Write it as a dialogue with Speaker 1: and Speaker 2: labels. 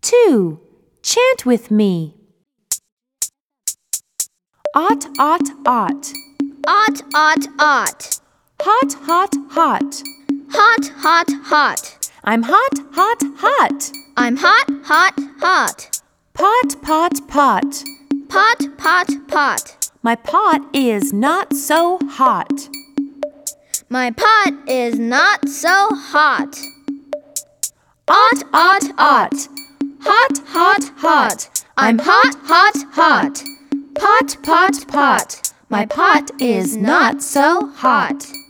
Speaker 1: two. Chant with me. Ot, ot, ot.
Speaker 2: Ot, ot, ot.
Speaker 1: Hot, hot, hot.
Speaker 2: Hot, hot, hot.
Speaker 1: I'm hot, hot, hot.
Speaker 2: I'm hot, hot, hot.
Speaker 1: Pot, pot, pot.
Speaker 2: Pot, pot, pot.
Speaker 1: My pot is not so hot.
Speaker 2: My pot is not so hot.
Speaker 1: Ot, ot, ot. Hot, hot, hot. I'm hot, hot, hot. Pot, pot, pot. My pot is not so hot.